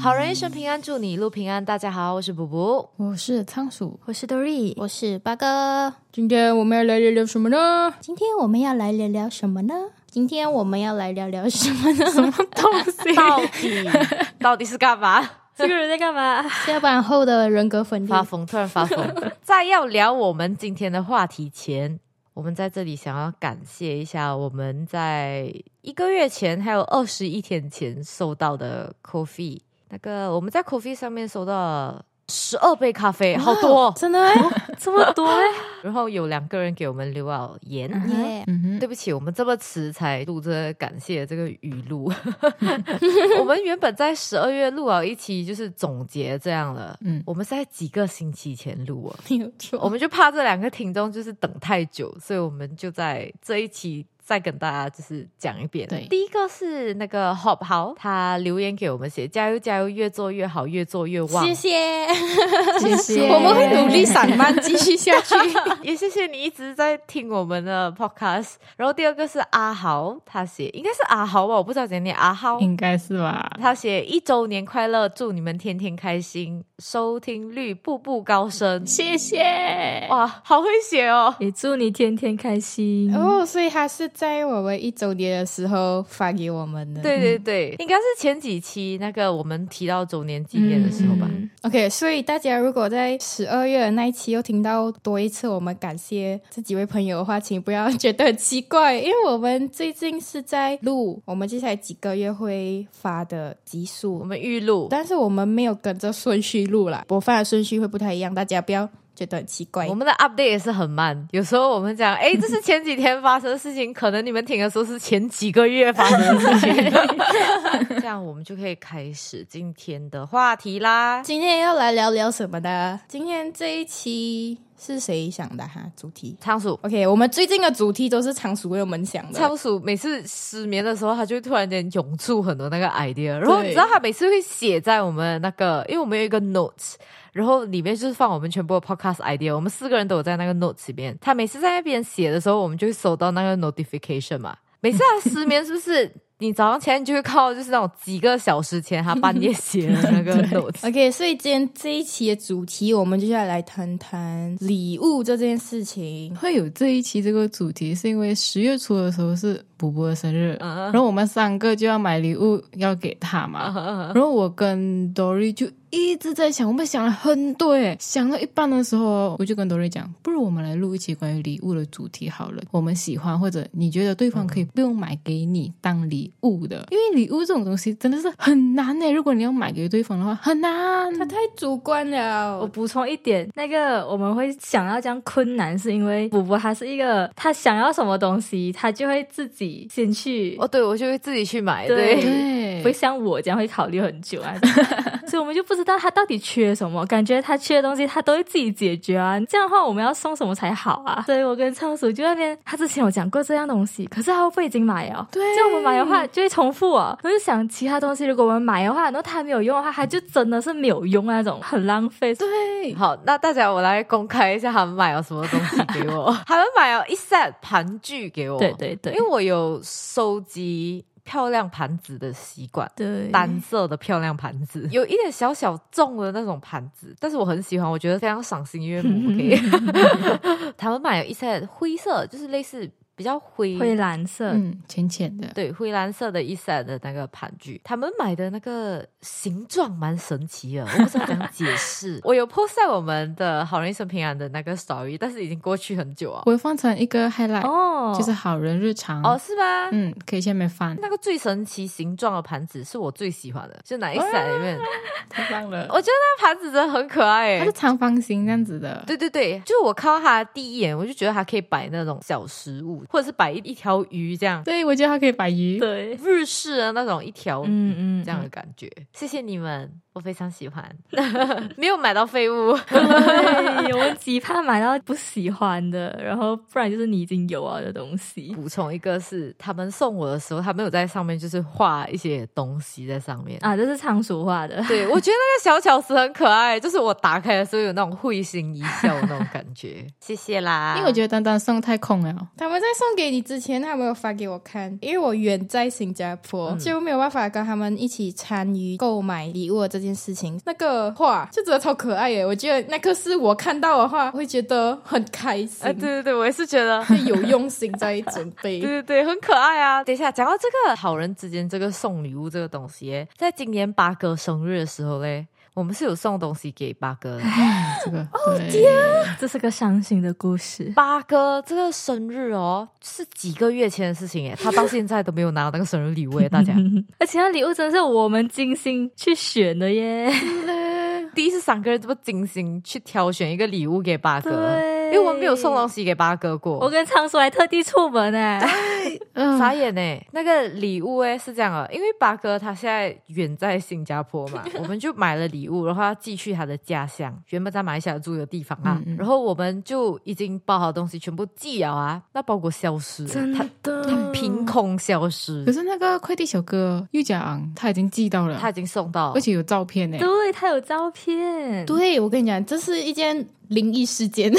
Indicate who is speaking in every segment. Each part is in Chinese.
Speaker 1: 好人一生平安，祝你一路平安。大家好，我是补补。
Speaker 2: 我是仓鼠，
Speaker 3: 我是 Dory，
Speaker 4: 我是八哥。
Speaker 2: 今天我们要来聊聊什么呢？
Speaker 4: 今天我们要来聊聊什么呢？今天我们要来聊聊什 么呢？
Speaker 2: 东西
Speaker 1: 到 底到底是干嘛？
Speaker 3: 这个人在干嘛？
Speaker 4: 下班后的人格分裂
Speaker 1: 发。疯，突然发 疯。在要聊我们今天的话题前，我们在这里想要感谢一下我们在一个月前还有二十一天前收到的 coffee。那个我们在 coffee 上面收到了十二杯咖啡，好多、哦。
Speaker 4: 啊真的耶！
Speaker 3: 这么多哎、
Speaker 1: 然后有两个人给我们留了言。
Speaker 4: 耶
Speaker 2: 嗯哼，
Speaker 1: 对不起，我们这么迟才录这感谢这个语 录。我们原本在十二月录了一期，就是总结这样了。嗯
Speaker 2: 嗯，
Speaker 1: 我们是在几个星期前录啊，
Speaker 4: 没有错。
Speaker 1: 我们就怕这两个听众就是等太久，所以我们就在这一期再跟大家就是讲一遍。
Speaker 2: 对
Speaker 1: 第一个是那个 Hop 豪，他留言给我们写加油加油，越做越好，越做越旺。
Speaker 4: 谢谢，
Speaker 2: 谢谢
Speaker 4: 我们会努力散漫，继续下去。
Speaker 1: 也谢谢你一直在听我们的 podcast。然后第二个是阿豪，他写应该是阿豪吧，我不知道怎么念阿豪。
Speaker 2: 应该是吧？
Speaker 1: 他写一周年快乐，祝你们天天开心，收听率步步高升。
Speaker 4: 谢谢。
Speaker 1: 哇，好会写哦！
Speaker 3: 也祝你天天开 心。
Speaker 2: 哦，所以他是在我们一周年的时候发给我们的。
Speaker 1: 对对对，应该是前几期那个我们提到周年纪念的时候吧。
Speaker 3: 嗯
Speaker 2: OK，所以大家如果在十二月的那一期又听到多一次我们感谢这几位朋友的话，请不要觉得很奇怪，因为我们最近是在录我们接下来几个月会发的集数，
Speaker 1: 我们预录，
Speaker 2: 但是我们没有跟着顺序录啦，播放的顺序会不太一样，大家不要觉得很奇怪
Speaker 1: 我。们的 update 也是很慢，有时候我们讲，哎，这是前几天发生的事情，可能你们听的时候是前几个月发生的事 情。这样我们就可以开始今天的话题啦。
Speaker 2: 今天要来聊聊什么呢？今天这一期是谁想的哈？主题
Speaker 1: 仓鼠，
Speaker 2: OK，我们最近的主题都是常熟为我们想的。
Speaker 1: 仓鼠每次失眠的时候，他就会突然间涌出很多那个 idea，然后你知道他每次会写在我们那个，因为我们有一个 notes，然后里面就是放我们全部的 podcast idea，我们四个人都有在那个 notes 里面。他每次在那边写的时候，我们就会收到那个 notification 嘛。每次他失眠是不是？你早上起来你就会看到，就是那种几个小时前他半夜写的那 个 notes。
Speaker 2: OK，所以今天这一期的主题，我们就要来谈谈礼物这件事情。
Speaker 5: 会有这一期这个主题，是因为十月初的时候是补补的生日，
Speaker 1: 嗯啊
Speaker 5: 然后我们三个就要买礼物要给他嘛，然后我跟 Dory 就一直在想，我们想了很多诶，想到一半的时候哦，我就跟 Dory 讲，不如我们来录一期关于礼物的主题好了，我们喜欢或者你觉得对方可以不用买给你当礼物
Speaker 1: 嗯
Speaker 5: 的，因为礼物这种东西真的是很难诶，如果你要买给对方的话很难，
Speaker 2: 它太主观
Speaker 3: 我
Speaker 2: 了，
Speaker 3: 补充一点，那个我们会想要这样困难，是因为补补他是一个，他想要什么东西，他就会自己先去，
Speaker 1: 哦，对，我就会自己去买。
Speaker 3: 对
Speaker 1: 对
Speaker 5: 对，
Speaker 3: 不会像我这样会考虑很久 啊。所以我们就不知道他到底缺什么，感觉他缺的东西他都会自己解决啊。这样的话，我们要送什么才好啊？ 所以我跟仓鼠就在那边，他之前有讲过这样东西，可是他会不会已经买了？
Speaker 5: 对
Speaker 3: 这样我们买的话就会重复哦。我就想其他东西，如果我们买的话，那它没有用的话，它就真的是没有用那种，很浪费。
Speaker 5: 对，
Speaker 1: 好，那大家我来公开一下他们买了什么东西给 我。他们买了一 set 盘具给我，
Speaker 3: 对对对
Speaker 1: 因为我有收集漂亮盘子的习惯。
Speaker 3: 对
Speaker 1: 单色的漂亮盘子， 有一点小小重的那种盘子，但是我很喜欢，我觉得非常赏心悦目。OK，他 们买了一 set 灰色，就是类似比较灰
Speaker 3: 灰蓝色，
Speaker 5: 嗯，浅浅的，
Speaker 1: 对，灰蓝色的一 set 的那个盘具，他们买的那个形状蛮神奇的，我不知道怎样解 释。我有 post 在我们的好人一生平安的那个 story，但是已经过去很久啊。
Speaker 5: 我放成一个 highlight，、
Speaker 3: 哦，
Speaker 5: 就是好人日常
Speaker 1: 哦，是吗？
Speaker 5: 嗯，可以下面翻。
Speaker 1: 那个最神奇形状的盘子是我最喜欢的，就哪一 set 里面，
Speaker 5: 太棒了
Speaker 1: 我觉得那盘子真的很可爱
Speaker 5: 它
Speaker 1: 诶
Speaker 5: 是。长方形这样子的，
Speaker 1: 对对对，就是我看到它的第一眼，我就觉得它可以摆那种小食物，或者是摆一一条鱼这样，
Speaker 5: 对，我觉得它可以摆鱼。
Speaker 3: 对，
Speaker 1: 日式的那种一条
Speaker 3: 嗯嗯，
Speaker 1: 这样的感觉。谢谢你们，我非常喜欢， 没有买到废物。
Speaker 3: 对，我们极怕买到不喜欢的，然后不然就是你已经有了的东西。
Speaker 1: 补充一个是，他们送我的时候，他们有在上面就是画一些东西在上面。
Speaker 3: 啊，这是仓鼠 画的，
Speaker 1: 对，我觉得那个小巧思很可爱，就是我打开的时候有那种会心一笑的那种感觉。 谢谢啦，
Speaker 5: 因为我觉得丹丹送太空了，
Speaker 2: 他们在送给你之前，他们有发给我看，因为我远在新加坡，就没有办法跟他们一起参与购买礼物的这件事情。那个画就真的超可爱耶，我觉得那个是我看到的话，会觉得很开心，
Speaker 1: 哎、对对对，我也是觉 得。
Speaker 2: 就 有用心在准备
Speaker 1: 对。对对，很可爱啊！等一下，讲到这个好人之间这个送礼物这个东西耶，在今年八哥生日的时候嘞，我们是有送东西给八哥的。
Speaker 5: 这个
Speaker 1: 哦
Speaker 5: 对，
Speaker 1: 啊
Speaker 3: 这是个伤心的故事。
Speaker 1: 八哥这个生日哦，是几个月前的事情耶，他到现在都没有拿到那个生日礼物耶，大 家。
Speaker 3: 而且那礼物真的是我们精心去选的 耶。
Speaker 1: 第一次三个人这么精心去挑选一个礼物给八哥，
Speaker 3: 对
Speaker 1: 因为我们没有送东西给八哥过。
Speaker 3: 我跟仓鼠还特地出门哎、
Speaker 5: 嗯
Speaker 1: 傻眼呢，那个礼物哎是这样的，因为八哥他现在远在新加坡 嘛，我们就买了礼物，然后要寄去他的家乡，原本在马来西亚住的地方啊，
Speaker 5: 嗯
Speaker 1: 然后我们就已经包好东西，全部寄了啊，那包裹消失了，他他凭空消失
Speaker 5: 可，是那个快递小哥又讲他已经寄到了
Speaker 1: 他，已经送到了
Speaker 5: 而。且有照片呢。
Speaker 3: 对，他有照 片。
Speaker 2: 对，我跟你讲，这是一件灵异事件。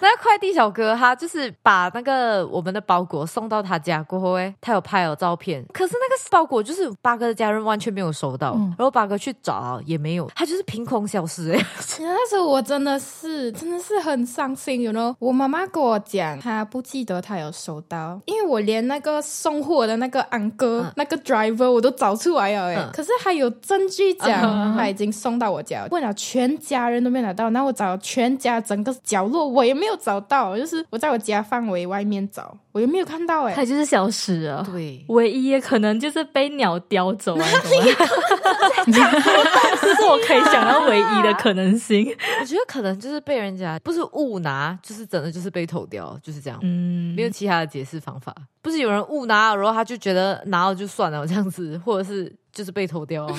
Speaker 1: 那快递小哥他就是把那个我们的包裹送到他家过后，哎，他有拍有照片，可是那个包裹就是八哥的家人完全没有收到，
Speaker 5: 嗯
Speaker 1: 然后八哥去找啊也没有，他就是凭空消失哎。
Speaker 2: 那时候我真的是真的是很伤心，you know。我妈妈跟我讲，她不记得她有收到，因为我连那个送货的那个安哥、那个 driver 我都找出来了哎、
Speaker 1: 嗯
Speaker 2: 可是还有证据讲他已经送到我家，问了全家人都没拿到，然后我找全家整个角落我也没有找到，就是我在我家范围外面找，我也没有看到哎、
Speaker 3: 他就是消失了。
Speaker 1: 对
Speaker 3: 唯一也可能就是被鸟叼走啊！ 你懂吗这是我可以想到唯一的可能 性。
Speaker 1: 我觉得可能就是被人家不是误拿，就是真的就是被偷掉，就是这样，
Speaker 3: 嗯
Speaker 1: 没有其他的解释方法。不是有人误拿，然后他就觉得拿了就算了这样子，或者是就是被偷 掉、啊。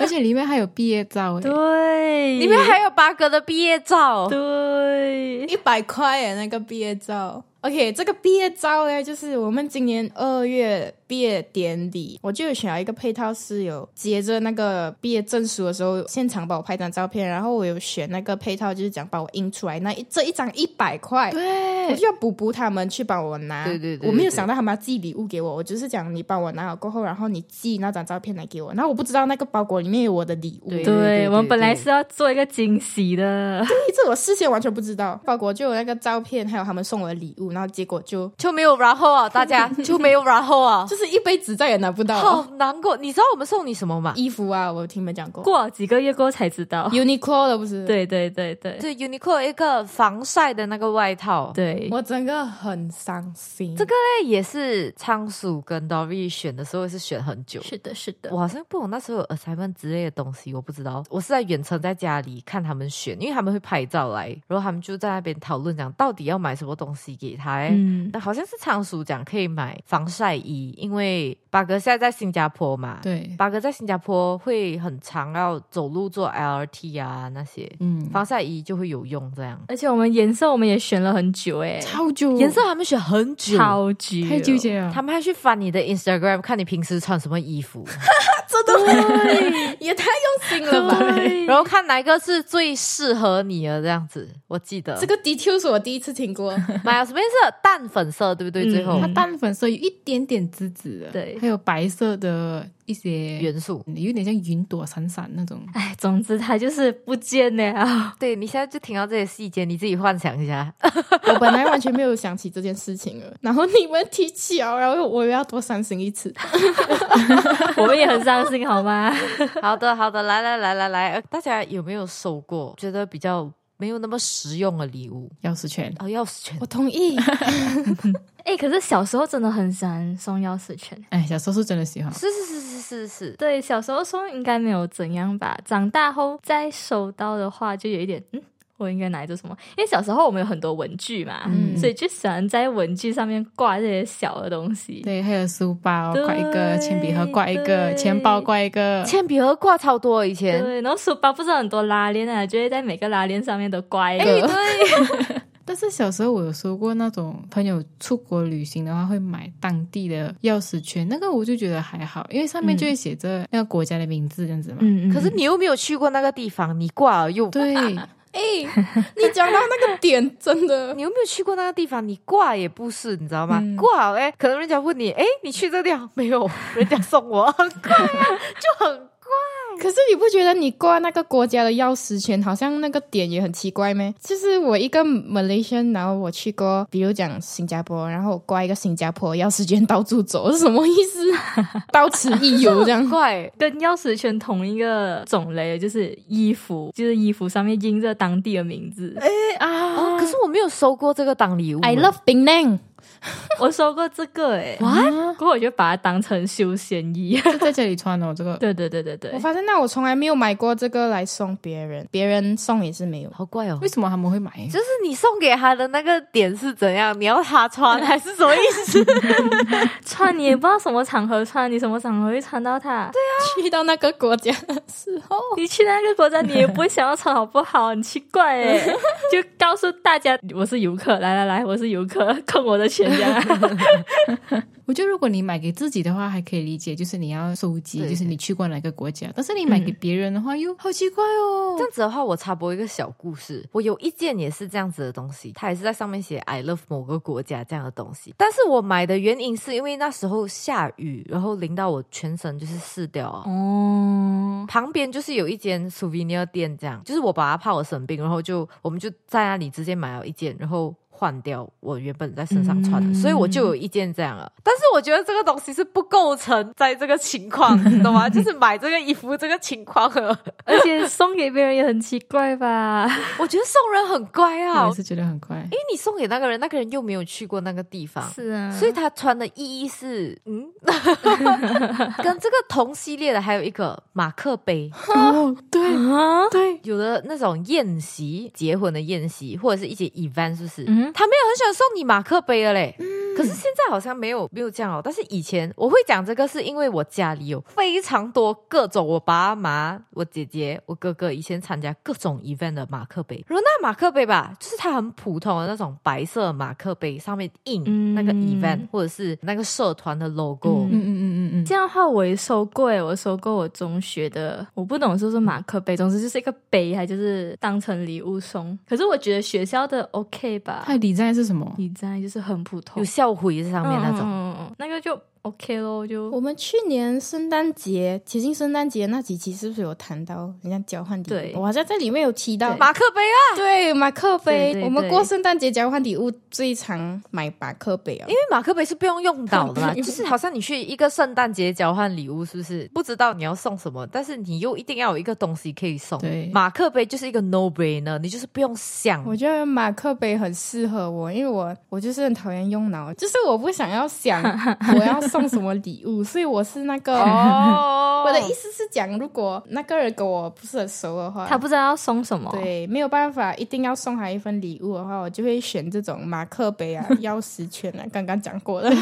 Speaker 5: 而且里面还有毕业照哎，
Speaker 3: 对，
Speaker 1: 里面还有八哥的毕业照，
Speaker 3: 对，
Speaker 2: 一百块耶，那个毕业照。OK，这个毕业照呢，就是我们今年二月毕业典礼，我就有选了一个配套是有接着那个毕业证书的时候，现场帮我拍张照片，然后我有选那个配套，就是讲帮我印出来那一这一张一百块，我
Speaker 5: 对，
Speaker 2: 就要补补他们去帮我拿。
Speaker 1: 对对对
Speaker 2: 我没有
Speaker 1: 对
Speaker 2: 想到他们要寄礼物给我，我就是讲你帮我拿好过后，然后你寄那张照片来给我，然后我不知道那个包裹里面有我的礼物，
Speaker 1: 对
Speaker 3: 对，我们本来
Speaker 1: 对
Speaker 3: 是要做一个惊喜的，
Speaker 2: 这我事先完全不知道，包裹就有那个照片，还有他们送我的礼物，然后结果就
Speaker 1: 就没有然后啊，大 家就没有然后啊，
Speaker 2: 就是一辈子再也拿不到
Speaker 1: 好
Speaker 2: 了
Speaker 1: 难过。你知道我们送你什么吗？
Speaker 2: 衣服啊！我听你们讲过
Speaker 3: 过了几个月过后才知道。
Speaker 2: ，Uniqlo 的不是？，
Speaker 3: 对对对对
Speaker 1: 是 Uniqlo 一个防晒的那个外套，
Speaker 3: 对，
Speaker 2: 我整个很伤心。
Speaker 1: 这个嘞也是仓鼠跟 Dory 选的时候是选很久，
Speaker 3: 是的，是的
Speaker 1: 我。好像不懂那时候有 assignment 之类的东西，我不知道。我是在远程在家里看他们选，因为他们会拍照来，然后他们就在那边讨论讲到底要买什么东西给他、欸。
Speaker 3: 嗯，
Speaker 1: 那好像是仓鼠讲可以买防晒衣，因为巴格现在在新加坡嘛。。
Speaker 5: 对，
Speaker 1: 巴格在新加坡会很常要走路坐 LRT 啊那些，
Speaker 5: 嗯，
Speaker 1: 防晒衣就会有用这样。
Speaker 3: 而且我们颜色我们也选了很久哎，
Speaker 5: 超久，
Speaker 1: 颜色他们选很久，
Speaker 3: 超级
Speaker 5: 太啊纠结了
Speaker 1: 他。们还去翻你的 Instagram 看你平时穿什么衣服。
Speaker 2: 真的也太用心了吧！
Speaker 3: 对
Speaker 1: 然后看哪一个是最适合你的这样子，我记得
Speaker 2: 这个 detail 是我第一次听过，
Speaker 1: 买了什么颜色？淡粉色，对不对？
Speaker 3: 嗯
Speaker 1: 最后
Speaker 5: 它淡粉色有一点点紫紫的，
Speaker 3: 对
Speaker 5: 还有白色的一些
Speaker 1: 元素，
Speaker 5: 有点像云朵闪闪那种。
Speaker 3: 哎，总之它就是不见了。
Speaker 1: 对你现在就听到这些细节，你自己幻想一下。
Speaker 2: 我本来完全没有想起这件事情了，然后你们提起哦，然后我又要多伤心一次。
Speaker 3: 我们也很伤心，好吗？
Speaker 1: 好的，好的，来来来来来，呃大家有没有收过觉得比较没有那么实用的礼物？
Speaker 5: 钥匙圈，
Speaker 1: 哦，钥匙圈
Speaker 2: 我。同意，
Speaker 3: 哎、可是小时候真的很喜欢送钥匙圈。
Speaker 5: 哎，小时候是真的喜欢，
Speaker 1: 是是是是是是，
Speaker 3: 对，小时候送应该没有怎样吧。长大后再收到的话，就有一点，嗯，我应该拿来做什么？因为小时候我们有很多文具嘛，
Speaker 5: 嗯
Speaker 3: 所以就喜欢在文具上面挂这些小的东西。
Speaker 5: 对，还有书包
Speaker 3: 对
Speaker 5: 挂一个，铅笔盒挂一个，
Speaker 3: 对
Speaker 5: 钱包挂一个，
Speaker 1: 铅笔盒挂超多以前。
Speaker 3: 对，然后书包不是很多拉链啊，就会在每个拉链上面都挂一个。
Speaker 5: 对。但是小时候我有收过那种朋友出国旅行的话会买当地的钥匙圈，那个我就觉得还好，因为上面就会写着那个国家的名字这样子嘛。
Speaker 3: 嗯嗯，
Speaker 1: 可是你又没有去过那个地方，你挂了又
Speaker 5: 对，
Speaker 2: 哎、你讲到那个点，真的
Speaker 1: 你又没有去过那个地方，你挂也不是，你知道吗？
Speaker 5: 嗯
Speaker 1: 挂哎、可能人家问你，哎、你去这个地方没有？人家送我，很怪啊，就很
Speaker 2: 可是你不觉得你挂那个国家的钥匙圈，好像那个点也很奇怪吗？就是我一个 Malaysian，然后我去过，比如讲新加坡，然后我挂一个新加坡钥匙圈到处走，是什么意 思？到此一游这样。
Speaker 1: 怪。
Speaker 3: 跟钥匙圈同一个种类，就是衣服，就是衣服上面印着当地的名字。
Speaker 1: 哦，可是我没有收过这个当礼物。
Speaker 2: I love Penang，
Speaker 3: 我收过这个诶、欸，哇！不过我就把它当成休闲衣。
Speaker 5: 就在家里穿哦，这 个
Speaker 3: 对对对对对
Speaker 2: 我，发现那我从来没有买过这个来送别人，别人送也是没 有。
Speaker 1: 好怪哦
Speaker 5: 为。什么他们会买？
Speaker 1: 就是你送给他的那个点是怎样？你要他穿还是什么意思？
Speaker 3: 穿你也不知道什么场合穿，你什么场合会穿到它？对，哦
Speaker 2: 去到那个国家的时候，
Speaker 3: 你去那个国家，你也不会想要穿好不好？很奇怪诶、 就告诉大家我是游客，来来来，我是游客，坑我的钱这样。
Speaker 5: 我觉得如果你买给自己的话，还可以理解，就是你要收集，
Speaker 1: 对
Speaker 5: 就是你去过哪个国家。但是你买给别人的话，
Speaker 3: 嗯
Speaker 5: 又好奇怪 哦
Speaker 1: 这。样子的话，我插播一个小故事。我有一件也是这样子的东西，它也是在上面写 “I love 某个国家”这样的东西。但是我买的原因是因为那时候下雨，然后淋到我全身就是湿掉啊。
Speaker 3: 哦，
Speaker 1: 旁边就是有一间 souvenir 店，这样就是我爸爸怕我生病，然后就我们就在那里直接买了一件，然后换掉我原本在身上穿的，
Speaker 3: 嗯
Speaker 1: 所以我就有一件这样了。但是我觉得这个东西是不构成在这个情况，你懂吗？就是买这个衣服这个情况 了，
Speaker 3: 而且送给别人也很奇怪吧？
Speaker 1: 我觉得送人很乖啊，
Speaker 5: 我也
Speaker 1: 因为
Speaker 5: 是觉得很怪。
Speaker 1: 你送给那个人，那个人又没有去过那个地方。
Speaker 3: 是啊
Speaker 1: 所以他穿的意义是，嗯， 跟这个同系列的还有一个马克杯，
Speaker 5: 哦，对
Speaker 3: 啊，
Speaker 5: 对，
Speaker 1: 有的那种宴席，结婚的宴席，或者是一些 event，是不是？
Speaker 3: 嗯
Speaker 1: 他们也很喜欢送你马克杯了嘞。可是现在好像没有没有这样哦。但是以前我会讲这个，是因为我家里有非常多各种我爸妈、我姐姐、我哥哥以前参加各种 event 的马克杯。然后那马克杯吧，就是它很普通的那种白色马克杯，上面印
Speaker 3: 嗯
Speaker 1: 那个 event、或者是那个社团的 logo。
Speaker 5: 嗯嗯
Speaker 3: 嗯
Speaker 5: 嗯嗯嗯
Speaker 3: 这样的话，我也收过诶，我收过我中学的，我不懂是不是马克杯，总之就是一个杯，还就是当成礼物送。可是我觉得学校的 OK 吧，
Speaker 5: 它的 design 是什么？
Speaker 3: 你在就是很普通
Speaker 1: 有，校徽在上面那种，
Speaker 3: 嗯嗯嗯嗯那个就 OK 咯，就
Speaker 2: 我们去年圣诞节接近圣诞节那几期是不是有谈到人家交换礼物？
Speaker 3: 对
Speaker 2: 我好像在里面有提到
Speaker 3: 对
Speaker 1: 马克杯啊，
Speaker 2: 对马克
Speaker 3: 对
Speaker 2: 杯
Speaker 3: 对，
Speaker 2: 我们
Speaker 3: 对
Speaker 2: 过圣诞节交换礼物最常买马克杯啊
Speaker 1: 因。为马克杯是不用用到 的啦，
Speaker 2: 不
Speaker 1: 就
Speaker 2: 用
Speaker 1: 是好像你去一个圣诞节交换礼物，是不是？不知道你要送什么，但是你又一定要有一个东西可以送。
Speaker 5: 对
Speaker 1: 马克杯就是一个 no brainer，你就是不用想。
Speaker 2: 我觉得马克杯很适合我，因为我我就是很讨厌用脑，就是我不想要 想我要送什么礼物，所以我是那 个。
Speaker 1: 哦
Speaker 2: 我的意思是讲，如果那个人跟我不是很熟的话，
Speaker 3: 他不知道要送什么。
Speaker 2: 对，没有办法，一定要送他一份礼物的话，我就会选这种马克杯 啊、钥匙圈啊，刚刚讲过的，很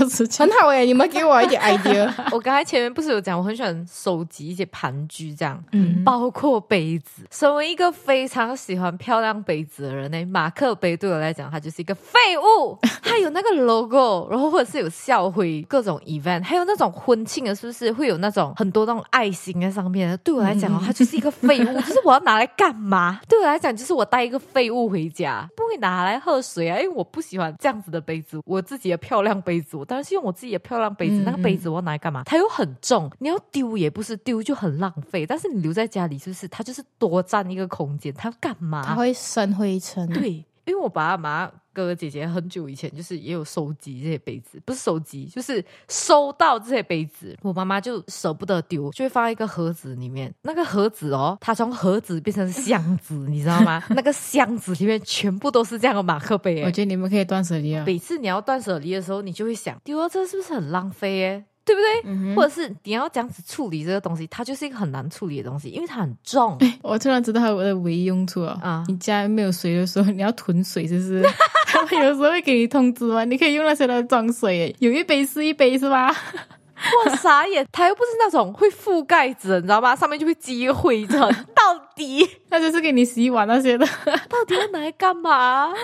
Speaker 2: 好哎、你们给我一 点 idea。
Speaker 1: 我刚才前面不是有讲，我很喜欢收集一些盘具，这样，
Speaker 3: 嗯
Speaker 1: 包括杯子。身为一个非常喜欢漂亮杯子的人呢，马克杯对我来讲，它就是一个废 物。它有那个 logo，然后或者是有校徽，各种 event，还有那种婚庆的，是不是会有那种很多那种爱心在上面？对我来讲哦，它就是一个废物，就是我要拿来干 嘛？对我来讲，就是我带一个废物回家，不会拿来喝水啊，因为我不喜欢这样子的杯子，我自己的漂亮杯子，我当然是用我自己的漂亮杯子，
Speaker 5: 嗯
Speaker 1: 那个杯子。我要拿来干嘛？它又很重，你要丢也不是丢，就很浪费。但是你留在家里，是不是它就是多占一个空间？它要干
Speaker 2: 它
Speaker 1: 嘛？
Speaker 2: 会生灰尘，
Speaker 1: 对，因为我爸妈。哥哥姐姐很久以前就是也有收集这些杯子，不是收集，就是收到这些杯子，我妈妈就舍不得丢，就会放在一个盒子里面。那个盒子哦，它从盒子变成箱子，你知道吗？那个箱子里面全部都是这样的马克杯、欸，
Speaker 5: 我觉得你们可以断舍离啊。
Speaker 1: 每次你要断舍离的时候，你就会想，丢了这是不是很浪费耶？欸对不对？
Speaker 5: 嗯
Speaker 1: 或
Speaker 5: 哼，
Speaker 1: 者是你要这样子处理这个东西，它就是一个很难处理的东西，因为它很重。
Speaker 5: 我突然知道它的唯一用处了。
Speaker 1: 啊
Speaker 5: 你家没有水的时候，你要囤水，是不是？ 他们有时候会给你通知嘛，你可以用那些来装水耶，有一杯是一杯，是吧？
Speaker 1: 我傻眼，它又不是那种会覆盖子，你知道吗？上面就会积灰尘。 到底
Speaker 5: 那就是给你洗碗那些 的。
Speaker 1: 到底要拿来干嘛？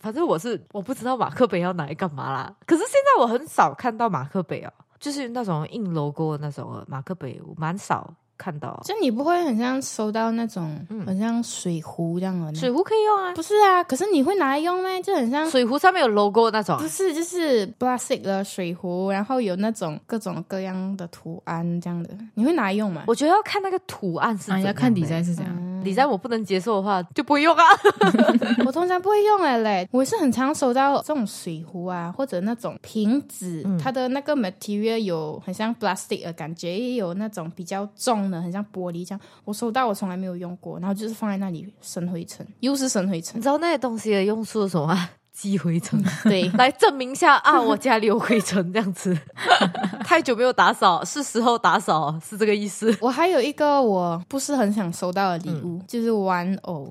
Speaker 1: 反正我是我不知道马克杯要拿来干嘛啦。可是现在我很少看到马克杯哦，就是那种印 logo 的那种马克杯，我蛮少看到。哦
Speaker 2: 就你不会很像收到那种，
Speaker 1: 嗯
Speaker 2: 很像水壶这样的那种，
Speaker 1: 水壶可以用啊，
Speaker 2: 不是啊？可是你会拿来用咩？就很像
Speaker 1: 水壶上面有 logo 那种啊
Speaker 2: 不是，就是 plastic 的水壶，然后有那种各种各样的图案这样的，你会拿来用吗？
Speaker 1: 我觉得要看那个图案是怎
Speaker 5: 啊，
Speaker 1: 样的、
Speaker 5: 要看底下是怎样。
Speaker 1: 底下我不能接受的话就不会用啊。
Speaker 2: 我通常不会用哎嘞，我是很常收到这种水壶啊，或者那种瓶子，
Speaker 1: 嗯
Speaker 2: 它的那个 material 有很像 plastic 的感觉，也有那种比较重的，很像玻璃这样。我收到我从来没有用过，然后就是放在那里生灰 尘，又是生灰
Speaker 1: 你
Speaker 2: 尘。
Speaker 1: 知道那些东西的用处是什么吗？ 积灰尘，，
Speaker 2: 对
Speaker 1: 来证明一下啊，我家里有灰尘这样子。 太久没有打扫，是时候打扫，是这个意思
Speaker 2: 我还有一个我不是很想收到的礼物，就是玩 偶。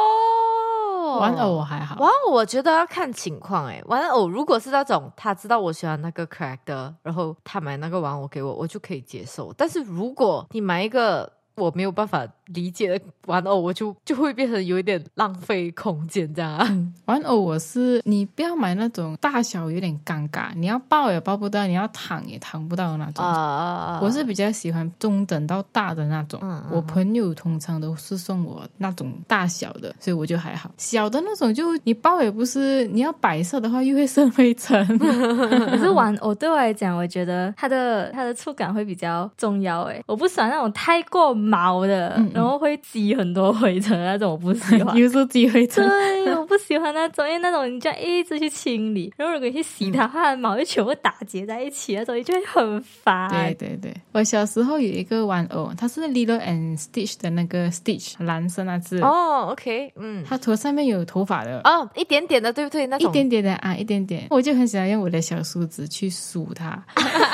Speaker 1: 哦。
Speaker 5: 玩偶我还好，
Speaker 1: 玩偶我觉得要看情况诶、玩偶如果是那种他知道我喜欢那个 character，然后他买那个玩偶给我，我就可以接受。但是如果你买一个我没有办法理解的玩偶，我就就会变成有一点浪费空间这样啊。
Speaker 5: 嗯，玩偶我是你不要买那种大小有点尴尬，你要抱也抱不到，你要躺也躺不到的那种。
Speaker 1: 啊
Speaker 5: 我是比较喜欢中等到大的那种，
Speaker 1: 嗯嗯
Speaker 5: 我朋友通常都是送我那种大小的，所以我就还好。小的那种就你抱也不是，你要摆设的话又会生灰 尘。
Speaker 3: 可是玩偶对我来讲，我觉得它的它的触感会比较重要诶，我不喜欢那种太过毛的，
Speaker 5: 嗯嗯
Speaker 3: 然后会积很多灰尘的那种，我不喜
Speaker 1: 啊
Speaker 3: 欢。
Speaker 5: 又是积灰尘，
Speaker 3: 对，我不喜欢那种，因为那种你就要一直去清理，然后如果你去洗它，它的毛就全部打结在一起，那种你就会很烦。
Speaker 1: 啊
Speaker 5: 对对对，我小时候有一个玩偶，它是 Lilo and Stitch 的那个 Stitch 蓝色那只，
Speaker 1: 哦，OK，嗯，
Speaker 5: 它头上面有头发的，
Speaker 1: 哦，一点点的，对不对？那
Speaker 5: 一
Speaker 1: 种
Speaker 5: 点点的啊，一点点，我就很喜欢用我的小梳子去梳它，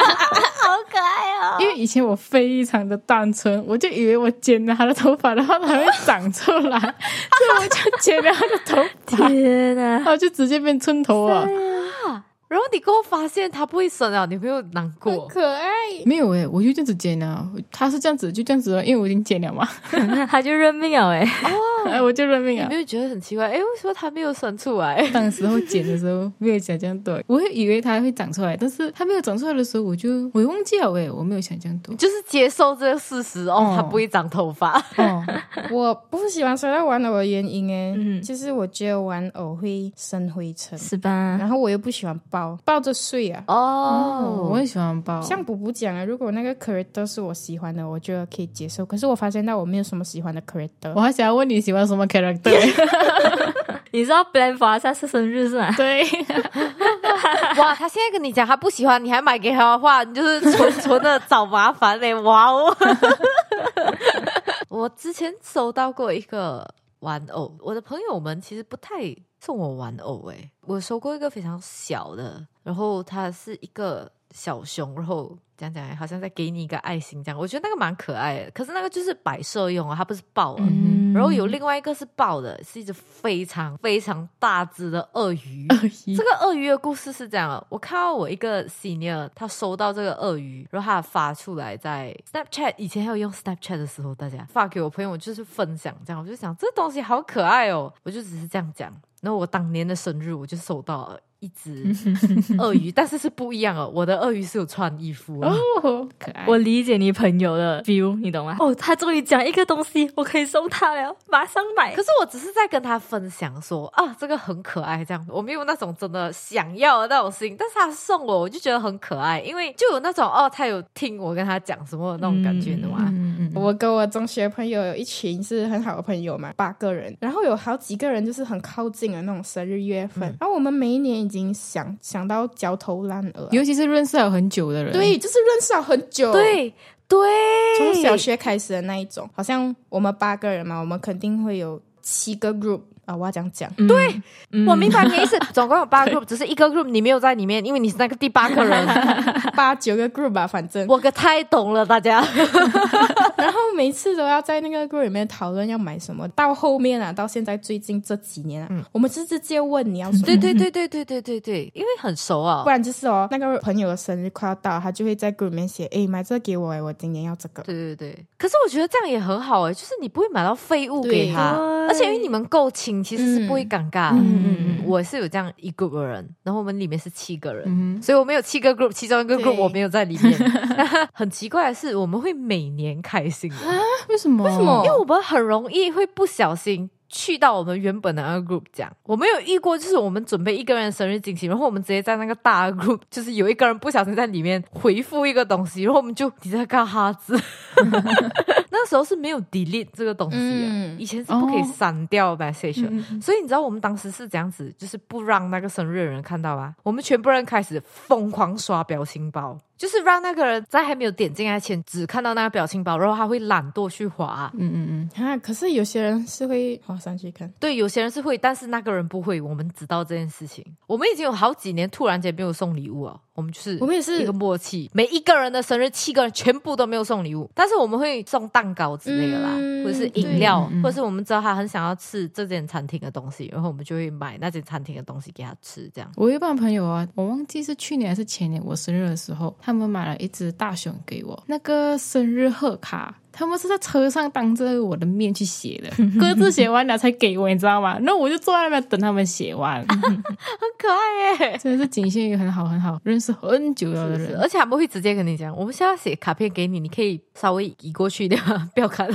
Speaker 4: 好可爱哦！
Speaker 5: 因为以前我非常的单纯，我就以为我剪了他的头发，然后它会长出 来，所以我就剪了他的头发，
Speaker 3: 天哪
Speaker 5: 然！后就直接变寸头了。
Speaker 1: 然后你给我发现它不会生了，你会有难过。
Speaker 2: 可爱，
Speaker 5: 没有诶、我就这样子剪了，他是这样子就这样子了，因为我已经剪了嘛，
Speaker 2: 哦
Speaker 3: 他就认命了哎、
Speaker 5: 哎我就认 命
Speaker 1: 你
Speaker 5: 了
Speaker 1: 没。有觉得很奇怪？哎，为什么它没有生出来？
Speaker 5: 当时候剪的时候没有想这样多，我会以为它会长出来，但是它没有长出来的时候，我就我忘记了诶、我没有想这样多
Speaker 1: 你。就是接受这个事实哦
Speaker 5: 哦，
Speaker 1: 它不会长头发。
Speaker 5: 哦，
Speaker 2: 我不喜欢收到玩偶的原因哎，
Speaker 3: 嗯
Speaker 2: 就是我觉得玩偶会生灰尘，
Speaker 3: 是吧？
Speaker 2: 然后我又不喜欢抱，抱着睡啊。
Speaker 1: 哦
Speaker 5: 我很喜欢包，
Speaker 2: 像补补讲啊，如果那个 character 是我喜欢的，我觉得可以接受。可是我发现到我没有什么喜欢的 character，
Speaker 5: 我还想要问你喜欢什么 character？
Speaker 3: 你知道 Blan 法萨是生日是吗？
Speaker 5: 对，
Speaker 1: 哇，他现在跟你讲他不喜欢，你还买给他的话，你就是 纯纯的找麻烦嘞、哇哦！ 我之前收到过一个玩偶，我的朋友们其实不太送我玩偶诶、我收过一个非常小的，然后它是一个小熊，然后讲讲好像在给你一个爱心这样，我觉得那个蛮可爱的，可是那个就是摆设用啊，它不是抱啊。
Speaker 5: 嗯
Speaker 1: 然后有另外一个是抱的，是一只非常非常大只的鳄鱼。这个鳄鱼的故事是这样的：啊我看到我一个 senior，他收到这个鳄鱼，然后他发出来在 Snapchat，以前还有用 Snapchat 的时候，大家发给我朋友就是分享，这样我就想这东西好可爱哦，我就只是这样讲。然后我当年的生日，我就收到了一只鳄鱼，但是是不一样哦，我的鳄鱼是有穿衣服啊的。
Speaker 5: 哦，可爱。
Speaker 3: 我理解你朋友的 view，你懂吗？哦，他终于讲一个东西，我可以送他了，马上买
Speaker 1: 可。是我只是在跟他分享说啊，这个很可爱，这样我没有那种真的想要的那种心，但是他送我，我就觉得很可爱，因为就有那种哦，他有听我跟他讲什么的那种感觉，
Speaker 3: 嗯
Speaker 1: 你懂吗？
Speaker 5: 嗯嗯嗯，
Speaker 2: 我跟我中学朋友有一群是很好的朋友嘛，八个人，然后有好几个人就是很靠近的那种生日月份，然后我们每一年已经想想到焦头烂额，啊
Speaker 5: 尤其是认识了很久的人，
Speaker 2: 对，就是认识了很久，，
Speaker 1: 对对，
Speaker 2: 从小学开始的那一种，好像我们八个人嘛，我们肯定会有七个 group。啊，我要这样讲，
Speaker 3: 对，嗯
Speaker 1: 我明白你的意思。总共有八个 group，只是一个 group 你没有在里面，因为你是那个第八个 人。
Speaker 2: 八九个 group 吧，反正
Speaker 1: 我可太懂了，大家。
Speaker 2: 然后每次都要在那个 group 里面讨论要买什么。到后面啊，到现在最近这几年啊，我们是直接问你要什么，
Speaker 1: 对对对对对对对对，因为很熟啊
Speaker 2: 不。然就是哦，那个朋友的生日快要到，他就会在 group 里面写，诶，买这个给我，诶，我今年要这个。
Speaker 1: 对对对，可是我觉得这样也很好哎、就是你不会买到废物给
Speaker 2: 对
Speaker 1: 他，
Speaker 3: 对
Speaker 1: 而且因为你们够亲，其实是不会
Speaker 2: 嗯
Speaker 1: 尴尬。
Speaker 2: 嗯
Speaker 1: 嗯嗯，我是有这样一 group 的人，然后我们里面是七个人，
Speaker 5: 嗯
Speaker 1: 所以我们有七个 group，其中一个 group
Speaker 2: 对
Speaker 1: 我没有在里面。 很奇怪的是，我们会每年开心的，
Speaker 5: 哼，为什么？
Speaker 2: 为什么
Speaker 1: 因为我们很容易会不小心。去到我们原本的那个 group 讲，我们有遇过，就是我们准备一个人的生日惊喜，然后我们直接在那个大 group，就是有一个人不小心在里面回复一个东西，然后我们就你在干哈 子？那时候是没有 delete 这个东西的，
Speaker 2: 嗯
Speaker 1: 以前是不可以删掉 message 的，
Speaker 5: 嗯嗯
Speaker 1: 所以你知道我们当时是这样子，就是不让那个生日的人看到啊，我们全部人开始疯狂刷表情包，就是让那个人在还没有点进来前只看到那个表情包，然后他会懒惰去滑。
Speaker 5: 嗯嗯嗯，
Speaker 2: 啊，可是有些人是会划上去看，
Speaker 1: 对，有些人是会，但是那个人不会。我们知道这件事情，我们已经有好几年突然间没有送礼物了。我们就是
Speaker 2: 我们也是
Speaker 1: 一个默契，每一个人的生日，七个人全部都没有送礼物，但是我们会送蛋糕之类的啦，
Speaker 2: 嗯
Speaker 1: 或者是
Speaker 2: 对
Speaker 1: 饮料，
Speaker 5: 嗯嗯
Speaker 1: 或者是我们知道他很想要吃这间餐厅的东西，然后我们就会买那间餐厅的东西给他吃，这样。
Speaker 5: 我一帮朋友啊，我忘记是去年还是前年我生日的时候，他们买了一只大熊给我，那个生日贺卡。他们是在车上当着我的面去写 的，各自写完了才给我，你知道吗？那我就坐在那边等他们写完，
Speaker 1: 很可爱耶、
Speaker 5: 真的是仅限于很好很好认识很久了的人。
Speaker 1: 而且他们会直接跟你讲，我们现在写卡片给你，你可以稍微移过去一点， 不要看。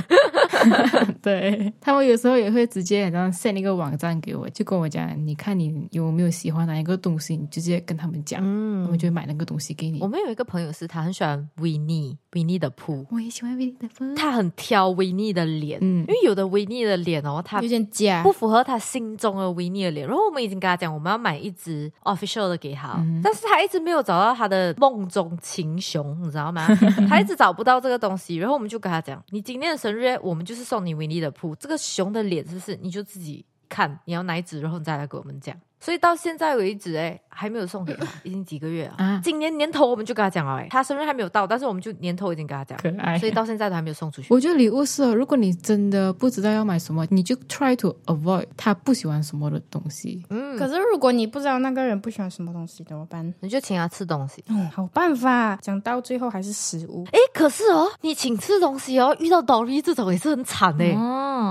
Speaker 5: 对他们有时候也会直接然后 send 一个网站给我，就跟我讲，你看你有没有喜欢哪一个东西，你直接跟他们讲，
Speaker 1: 嗯
Speaker 5: 他们就会买那个东西给你嗯
Speaker 1: 我。们有一个朋友是，他很喜欢维尼，维尼的铺，
Speaker 5: 我也喜欢 Winnie 的风，
Speaker 1: 他很挑维尼的脸，
Speaker 5: 嗯
Speaker 1: 因为有的维尼的脸哦，他
Speaker 2: 有点假
Speaker 1: 不。符合他心中的维尼的脸。然后我们已经跟他讲，我们要买一只 official 的给他，哦
Speaker 5: 嗯
Speaker 1: 但是他一直没有找到他的梦中情熊，你知道吗？ 他一直找不到这个东西。然后我们就跟他讲，你今天的生日，我们就是送你维尼的铺，这个熊的脸是不是？你就自己看你要哪一只，然后你再来给我们讲。所以到现在为止，哎，还没有送给他，已经几个月了。
Speaker 5: 啊
Speaker 1: 今年年头我们就跟他讲了，哎，他生日还没有到，但是我们就年头已经跟他讲，
Speaker 5: 可爱
Speaker 1: 所。以到现在都还没有送出去。
Speaker 5: 我觉得礼物是哦，如果你真的不知道要买什么，你就 try to avoid 他不喜欢什么的东西。
Speaker 1: 嗯，
Speaker 2: 可是如果你不知道那个人不喜欢什么东西怎么办？
Speaker 1: 你就请他吃东西。
Speaker 2: 嗯，好办法，讲到最后还是食 物。
Speaker 1: 哎，可是哦，你请吃东西哦，遇到 Dory 这种也是很惨哎、
Speaker 3: 哦，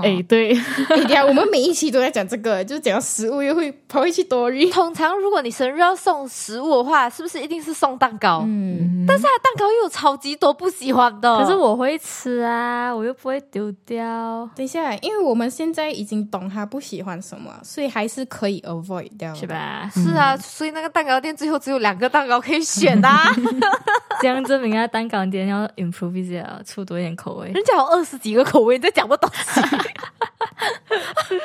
Speaker 2: 嗯
Speaker 5: 哎、对，
Speaker 2: 哎，等一下我们每一期都在讲这个，就是讲到食物又会跑回去多瑞。
Speaker 1: 通常如果你生日要送食物的话，是不是一定是送蛋糕？
Speaker 2: 嗯，
Speaker 1: 但是它蛋糕又有超级多不喜欢的。
Speaker 3: 可是我会吃啊，我又不会丢掉，
Speaker 2: 等一下，因为我们现在已经懂他不喜欢什么，所以还是可以 avoid 掉，
Speaker 3: 是？吧？
Speaker 2: 嗯
Speaker 1: 是啊，所以那个蛋糕店最后只有两个蛋糕可以选啊，
Speaker 3: 这样证明啊，蛋糕店要 improve 一下，出多一点口味。
Speaker 1: 人家有二十几个口味，你在讲不懂。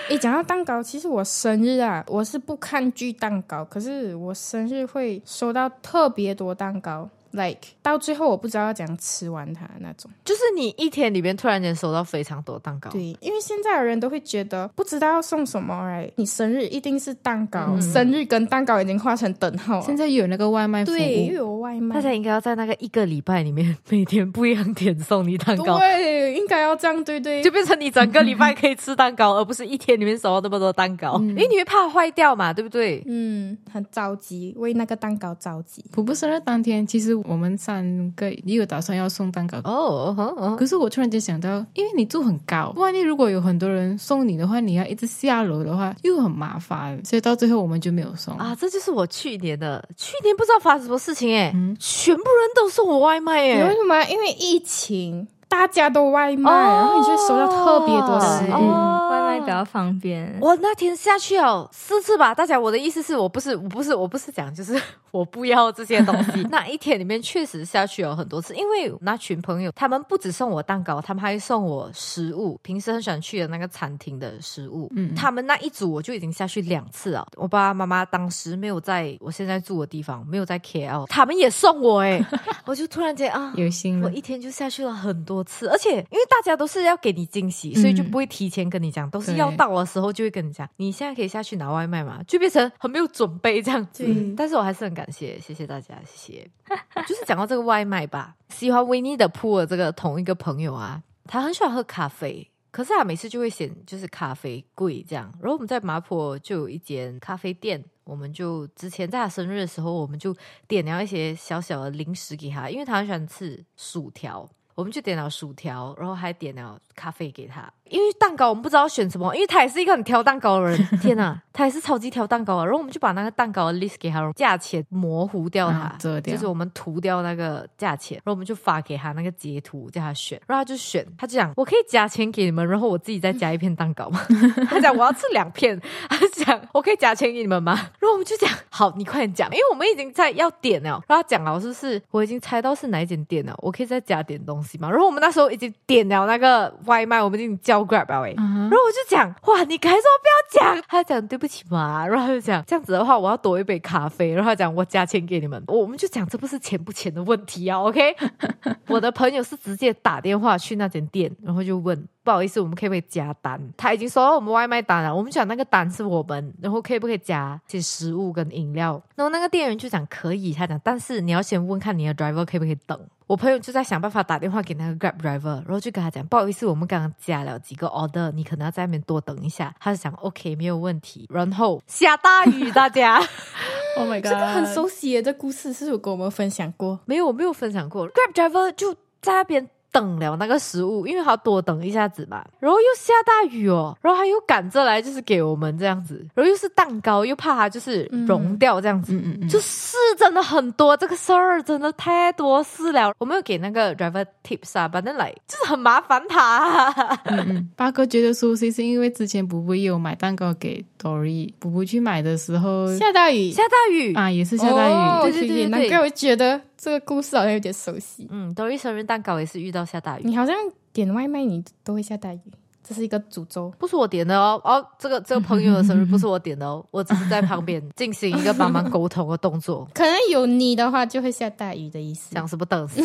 Speaker 2: 诶，讲到蛋糕，其实我生日啊，我是不抗拒蛋糕，可是我生日会收到特别多蛋糕，like 到最后我不知道要怎样吃完它那种。
Speaker 1: 就是你一天里面突然间收到非常多蛋糕，
Speaker 2: 对，因为现在的人都会觉得不知道要送什么哎，你生日一定是蛋糕，生日跟蛋糕已经画成等号了。
Speaker 5: 现在有那个外卖服务，
Speaker 2: 对，又有外卖
Speaker 1: 大，家应该要在那个一个礼拜里面，每天不一样点送你蛋糕。
Speaker 2: 对，啊应该要这样，对 对
Speaker 1: 就。变成你整个礼拜可以吃蛋糕，而不是一天里面收到那么多蛋糕，因为你会怕坏掉嘛，对不对？
Speaker 2: 嗯，很着急，为那个蛋糕着急。
Speaker 5: 普布生日当天，其实我们三个也有打算要送蛋糕。
Speaker 1: 哦，嗯嗯
Speaker 5: 可是我突然间想到，因为你住很高，万一如果有很多人送你的话，你要一直下楼的话，又很麻烦，所以到最后我们就没有送
Speaker 1: 啊，。这就是我去年的，去年不知道发生什么事情哎、全部人都送我外卖
Speaker 2: 你
Speaker 1: 哎、
Speaker 2: 为什么？因为疫情，大家都外卖，
Speaker 1: 哦
Speaker 2: 然后你就会收到特别多食物。
Speaker 1: 哦
Speaker 3: 外卖比较方便。
Speaker 1: 我那天下去了四次吧，大家，我的意思是我不是我不是我不是讲，就是 我不要这些东西。那一天里面确实下去了哦很多次，因为那群朋友他们不只送我蛋糕，他们还送我食物，平时很喜欢去的那个餐厅的食物。嗯，他们那一组我就已经下去两次了。我爸爸妈妈当时没有在我现在住的地方，没有在 KL，他们也送我哎、我就突然间啊，
Speaker 5: 有心
Speaker 1: 我
Speaker 5: 了，
Speaker 1: 一天就下去了很多次，而且因为大家都是要给你惊喜，所以就
Speaker 5: 嗯
Speaker 1: 不会提前跟你讲，都西要到的时候，就会跟你讲，你现在可以下去拿外卖嘛，就变成很没有准备这样子。但是我还是很感谢，谢谢大家，谢谢。就是讲到这个外卖吧，喜欢维尼的铺的这个同一个朋友啊，他很喜欢喝咖啡。可是他每次就会嫌就是咖啡贵这样，然后我们在麻坡就有一间咖啡店，我们就之前在他生日的时候，我们就点了一些小小的零食给他，因为他很喜欢吃薯条，我们就点了薯条，然后还点了咖啡给他。因为蛋糕我们不知道选什么，因为他也是一个很挑蛋糕的 人，天哪，他也是超级挑蛋糕的。啊然后我们就把那个蛋糕的 list 给他，然后价钱模糊掉它，
Speaker 5: 啊遮掉
Speaker 1: 就是我们涂掉那个价钱，然后我们就发给他那个截图，叫他选，然后他就选，他就讲我可以加钱给你们，然后我自己再加一片蛋糕吗？他讲我要吃两片，他讲我可以加钱给你们吗？然后我们就讲好，你快点讲，因为我们已经在要点了。然后他讲了，是不是我已经猜到是哪一间店了？我可以再加点东西吗？然后我们那时候已经点了那个外卖，我们已经叫 Grab 了诶、欸
Speaker 5: 嗯啊
Speaker 1: 然后我就讲哇，你还说不要讲，他讲对不起嘛， 然后他就讲这样子的话，我要多一杯咖啡，然后他讲我加钱给你们，我们就讲这不是钱不钱的问题啊，OK？我 的朋友是直接打电话去那间店，然后就问。不好意思，我们可不可以加单？他已经收到我们外卖单了，我们讲那个单是我们，然后可不可以加些食物跟饮料？然后那个店员就讲可以，他讲但是你要先问看你的 driver 可不可以等。我朋友就在想办法打电话给那个 Grab driver，然后就跟他讲，不好意思，我们刚刚加了几个 order，你可能要在那边多等一下。他就讲 OK，没有问题。然后下大雨，大家。
Speaker 5: Oh my god，
Speaker 2: 这个很熟悉耶，这故事是有跟我们分享过。
Speaker 1: 没有，我没有分享过。Grab driver 就在那边等了那个食物，因为他多等一下子嘛，然后又下大雨哦，然后他又赶着来，就是给我们这样子，然后又是蛋糕，又怕它就是融掉这样子，
Speaker 5: 嗯嗯嗯，
Speaker 1: 就是真的很多这个事儿，真的太多事了。我没有给那个 driver tips 啊，反正来就是很麻烦他、
Speaker 5: 嗯嗯，八哥觉得熟悉是因为之前补补也有买蛋糕给 Dory，补补去买的时候
Speaker 2: 下大 雨，
Speaker 1: 嗯下大雨。
Speaker 5: 啊也是下大雨，
Speaker 2: 哦
Speaker 1: 对对
Speaker 2: 可以
Speaker 1: 对对
Speaker 2: 难
Speaker 1: 对
Speaker 2: 怪我觉得这个故事好像有点熟悉。
Speaker 1: 嗯，Dory 生日蛋糕也是遇到下大雨，
Speaker 2: 你好像点外卖，你都会下大雨，这是一个诅咒。
Speaker 1: 不是我点的哦。哦，这个这个朋友的生日不是我点的哦，我只是在旁边进行一个帮忙沟通的动作。
Speaker 2: 可能有你的话，就会下大雨的意思。
Speaker 1: 想什么等 死？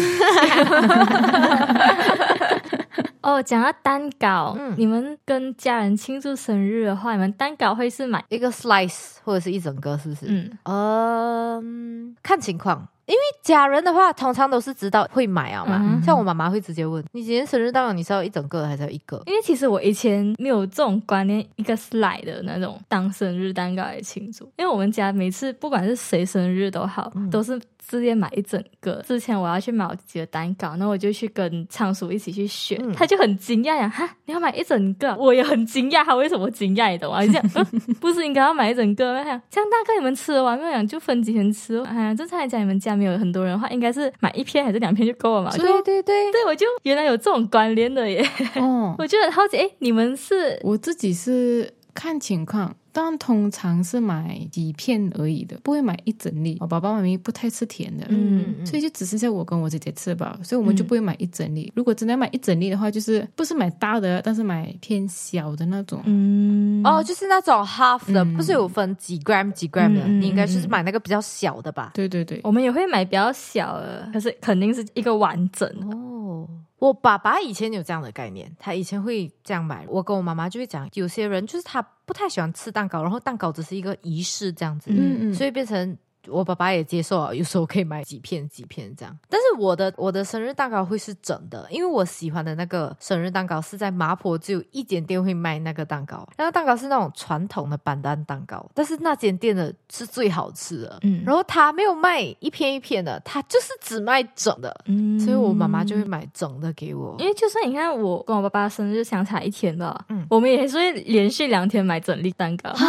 Speaker 3: 哦，讲到蛋糕，
Speaker 1: 嗯
Speaker 3: 你们跟家人庆祝生日的话，你们蛋糕会是买
Speaker 1: 一个 slice 或者是一整个，是不是？
Speaker 3: 嗯
Speaker 1: 嗯，看情况。因为家人的话，通常都是知道会买啊嘛。
Speaker 3: 嗯
Speaker 1: 像我妈妈会直接问你今天生日蛋糕，你是要一整个还是要一个？
Speaker 3: 因为其实我以前没有这种观念，一个 slide 的那种当生日蛋糕来庆祝。因为我们家每次不管是谁生日都好，
Speaker 1: 嗯
Speaker 3: 都是直接买一整个。之前我要去买我几个蛋糕，那我就去跟仓鼠一起去选，
Speaker 1: 嗯
Speaker 3: 他就很惊讶呀，哈，你要买一整个？我也很惊讶，他为什么惊讶？你懂吗？就这 样、嗯不是应该要买一整个吗？他讲这样大概你们吃得完没有？讲就分几天吃哦。哎呀，正常来讲，你们家没有很多人的话，应该是买一片还是两片就够了嘛？我就
Speaker 1: 对对对，
Speaker 3: 对，我就原来有这种关联的耶。
Speaker 5: 哦，
Speaker 3: 我就很好奇，哎，你们是
Speaker 5: 我自己是看情况，但通常是买几片而已的，不会买一整粒。我爸爸妈咪不太吃甜的。
Speaker 3: 嗯
Speaker 5: 所以就只剩下我跟我姐姐吃吧，所以我们就不会买一整粒。如果真的要买一整粒的话，就是不是买大的，但是买偏小的那种。
Speaker 3: 嗯
Speaker 1: 哦，就是那种 half 的，
Speaker 5: 嗯
Speaker 1: 不是有分几 gram 几 gram 的，
Speaker 3: 嗯嗯
Speaker 1: 你应该就是买那个比较小的吧？
Speaker 5: 对对对，
Speaker 3: 我们也会买比较小的，可是肯定是一个完整的。
Speaker 1: 哦，我爸爸以前有这样的概念，他以前会这样买。我跟我妈妈就会讲，有些人就是他不太喜欢吃蛋糕，然后蛋糕只是一个仪式这样子，
Speaker 5: 嗯嗯
Speaker 1: 所以变成。我爸爸也接受了，有时候可以买几片几片这样。但是我的我的生日蛋糕会是整的，因为我喜欢的那个生日蛋糕是在麻坡只有一间店会卖那个蛋糕，那个蛋糕是那种传统的板蛋蛋糕，但是那间店的是最好吃的。
Speaker 3: 嗯
Speaker 1: 然后他没有卖一片一片的，他就是只卖整的。
Speaker 3: 嗯
Speaker 1: 所以我妈妈就会买整的给我。
Speaker 3: 因为就算你看我跟我爸爸生日相差一天吧，
Speaker 1: 嗯
Speaker 3: 我们也是会连续两天买整粒蛋糕。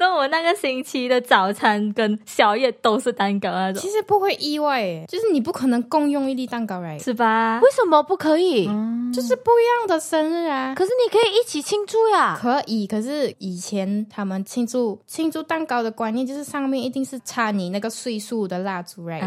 Speaker 3: 那我那个星期的早餐跟宵夜都是蛋糕那种
Speaker 2: 其，实不会意外诶，就是你不可能共用一粒蛋糕来，
Speaker 3: 是吧？
Speaker 1: 为什么不可以？
Speaker 2: 就是不一样的生日啊。
Speaker 1: 可是你可以一起庆祝呀。
Speaker 2: 可以，可是以前他们庆祝庆祝蛋糕的观念就是上面一定是插你那个岁数的蜡烛，right？、
Speaker 3: 哦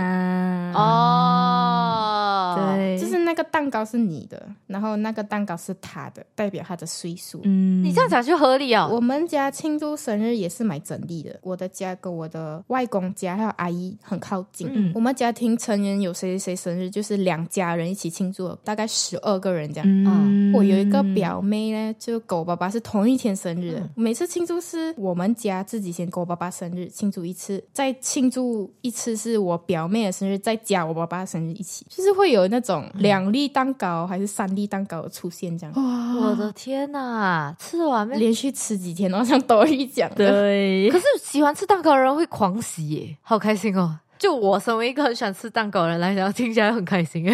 Speaker 3: 啊，
Speaker 1: 哦，啊，
Speaker 3: 对，
Speaker 2: 就是那个蛋糕是你的，然后那个蛋糕是他的，代表他的岁数。
Speaker 3: 嗯，
Speaker 1: 你这样讲就合理啊。
Speaker 2: 我们家庆祝生日也是买整粒的，我的家跟我的外公家还有阿姨很靠近。
Speaker 3: 嗯
Speaker 2: 我们家庭成员有谁谁谁生日，就是两家人一起庆祝，大概十二个人这样。
Speaker 3: 嗯，
Speaker 2: 我有一个表妹呢，就跟我爸爸是同一天生日的。每次庆祝是我们家自己先跟我爸爸生日庆祝一次，再庆祝一次是我表妹的生日，再加我爸爸的生日一起，就是会有那种两粒蛋糕还是三粒蛋糕的出现这样，
Speaker 5: 哇，
Speaker 1: 我的天呐，吃完没？
Speaker 2: 连续吃几天，好像都一讲的。
Speaker 3: 对
Speaker 1: 可，是喜欢吃蛋糕的人会狂喜耶，好开心哦！就我身为一个很喜欢吃蛋糕的人来讲，听起来很开心耶。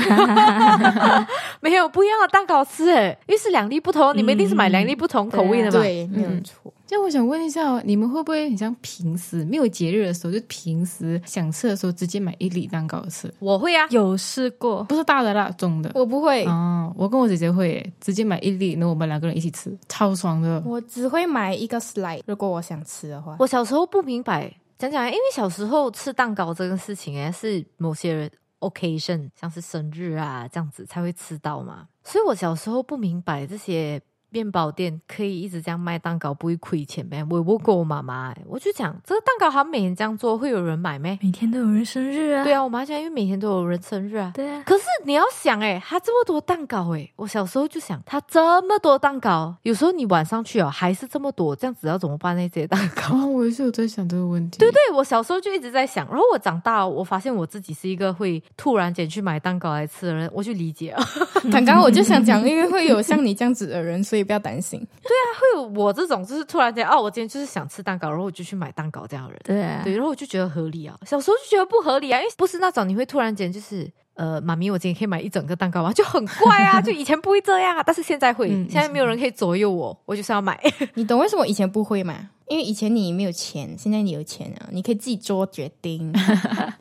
Speaker 1: 没有不一样的蛋糕吃诶，因为是两粒不同，你们一定是买两粒不同口味的嘛。
Speaker 2: 嗯对，没有错。
Speaker 5: 这样我想问一下哦，你们会不会很像平时没有节日的时候，就平时想吃的时候直接买一粒蛋糕吃？
Speaker 1: 我会啊，
Speaker 3: 有试过，
Speaker 5: 不是大的啦，中的。
Speaker 2: 我不会，
Speaker 5: 哦，我跟我姐姐会耶直接买一粒，然后我们两个人一起吃，超爽的。
Speaker 2: 我只会买一个 slide，如果我想吃 的话。
Speaker 1: 我小时候不明白，讲啊讲，因为小时候吃蛋糕这个事情诶，是某些人 occasion，像是生日啊这样子才会吃到嘛。所以我小时候不明白这些面包店可以一直这样卖蛋糕不会亏钱呗。我问过我妈妈欸诶，我就讲这个蛋糕好像每年这样做会有人买咩？
Speaker 3: 每天都有人生日啊，
Speaker 1: 对啊，我妈讲因为每天都有人生日啊。
Speaker 3: 对啊，
Speaker 1: 可是你要想诶，它这么多蛋糕诶，我小时候就想，它这么多蛋糕，有时候你晚上去哦还是这么多，这样子要怎么办呢？这些蛋糕？
Speaker 5: 哦，我也是有在想这个问题。
Speaker 1: 对对，我小时候就一直在想，然后我长大，我发现我自己是一个会突然间去买蛋糕来吃的人，我就理解啊了，
Speaker 2: 刚刚我就想讲，因为会有像你这样子的人，所以不要担心。
Speaker 1: 会有我这种就是突然间哦，我今天就是想吃蛋糕，然后我就去买蛋糕这样的人。
Speaker 3: 对啊，
Speaker 1: 对，然后我就觉得合理啊，小时候就觉得不合理啊，因为不是那种你会突然间就是。呃，妈咪，我今天可以买一整个蛋糕吗？就 很怪啊，就以前不会这样啊，但是现在会，
Speaker 5: 嗯
Speaker 1: 现在没有人可以左右我，我就是要买。
Speaker 2: 你懂为什么以前不会吗？因为以前你没有钱，现在你有钱了，你可以自己做决定。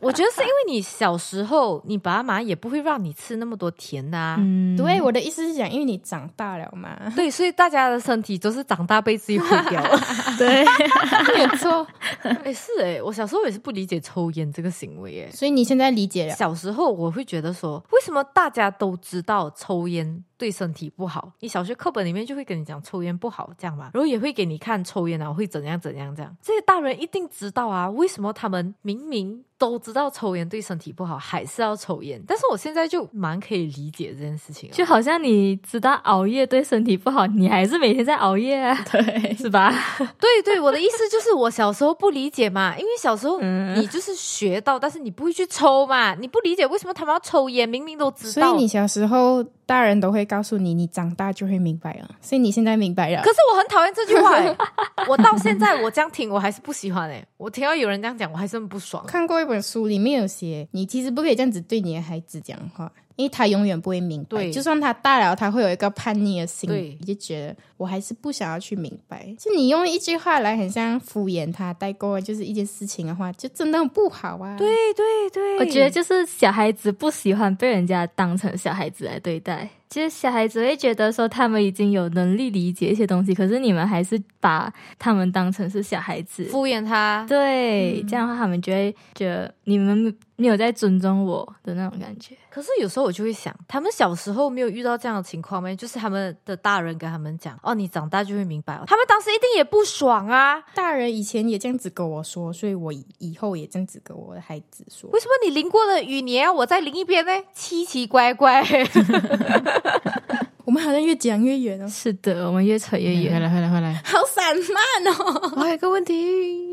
Speaker 1: 我觉得是因为你小时候，你爸妈也不会让你吃那么多甜呐、，
Speaker 3: 嗯，
Speaker 2: 对，我的意思是讲，因为你长大了嘛
Speaker 1: 对，所以大家的身体都是长大被自己毁掉了。
Speaker 3: 对，
Speaker 2: 没有错。
Speaker 1: 哎、是哎、我小时候也是不理解抽烟这个行为哎、
Speaker 2: 所以你现在理解了，
Speaker 1: 小时候我会觉得说，为什么大家都知道抽烟对身体不好？你小学课本里面就会跟你讲抽烟不好这样嘛，然后也会给你看抽烟啊会怎样怎样这样。这些大人一定知道啊，为什么他们明明都知道抽烟对身体不好，还是要抽烟？但是我现在就蛮可以理解这件事情了。 啊
Speaker 3: 就好像你知道熬夜对身体不好，你还是每天在熬夜啊，对，是吧？
Speaker 1: 对对，我的意思就是我小时候不理解嘛，因为小时候
Speaker 3: 嗯
Speaker 1: 你就是学到，但是你不会去抽嘛，你不理解为什么他们要抽烟，明明都知
Speaker 2: 所
Speaker 1: 道。
Speaker 2: 以你小时候大人都会告诉你，你长大就会明白了。所以你现在明白了
Speaker 1: 可，是我很讨厌这句 话、欸，我到现在我这样听我还是不喜欢哎、我听到有人这样讲我还是很不爽。
Speaker 2: 看过一本书，里面有写，你其实不可以这样子对你的孩子讲话，因为他永远不会明白。
Speaker 1: 对
Speaker 2: 就算他大了，他会有一个叛逆的心
Speaker 1: 对
Speaker 2: 理，你就觉得我还是不想要去明白。就你用一句话来很像敷衍他、带过，就是一件事情的话，就真的很不好啊。 对，
Speaker 1: 对对对
Speaker 3: 我觉得就是小孩子不喜欢被人家当成小孩子来对待。其实小孩子会觉得说他们已经有能力理解一些东西，可是你们还是把他们当成是小孩子。
Speaker 1: 敷衍他。
Speaker 3: 对，这样的话他们就会觉得你们没有在尊重我的那种感觉。
Speaker 1: 可是有时候我就会想，他们小时候没有遇到这样的情况吗？就是他们的大人跟他们讲，哦，你长大就会明白哦。他们当时一定也不爽啊，
Speaker 2: 大人以前也这样子跟我说，所以我以以后也这样子跟我的孩子说。
Speaker 1: 为什么你淋过的雨你要我再淋一遍呢？奇奇怪怪。
Speaker 2: 我们好像越讲越远哦，
Speaker 3: 是的，我们越扯越
Speaker 5: 回
Speaker 3: 远。
Speaker 5: 哎来回来回来。
Speaker 2: 好散漫哦。
Speaker 5: 我还有一个问题，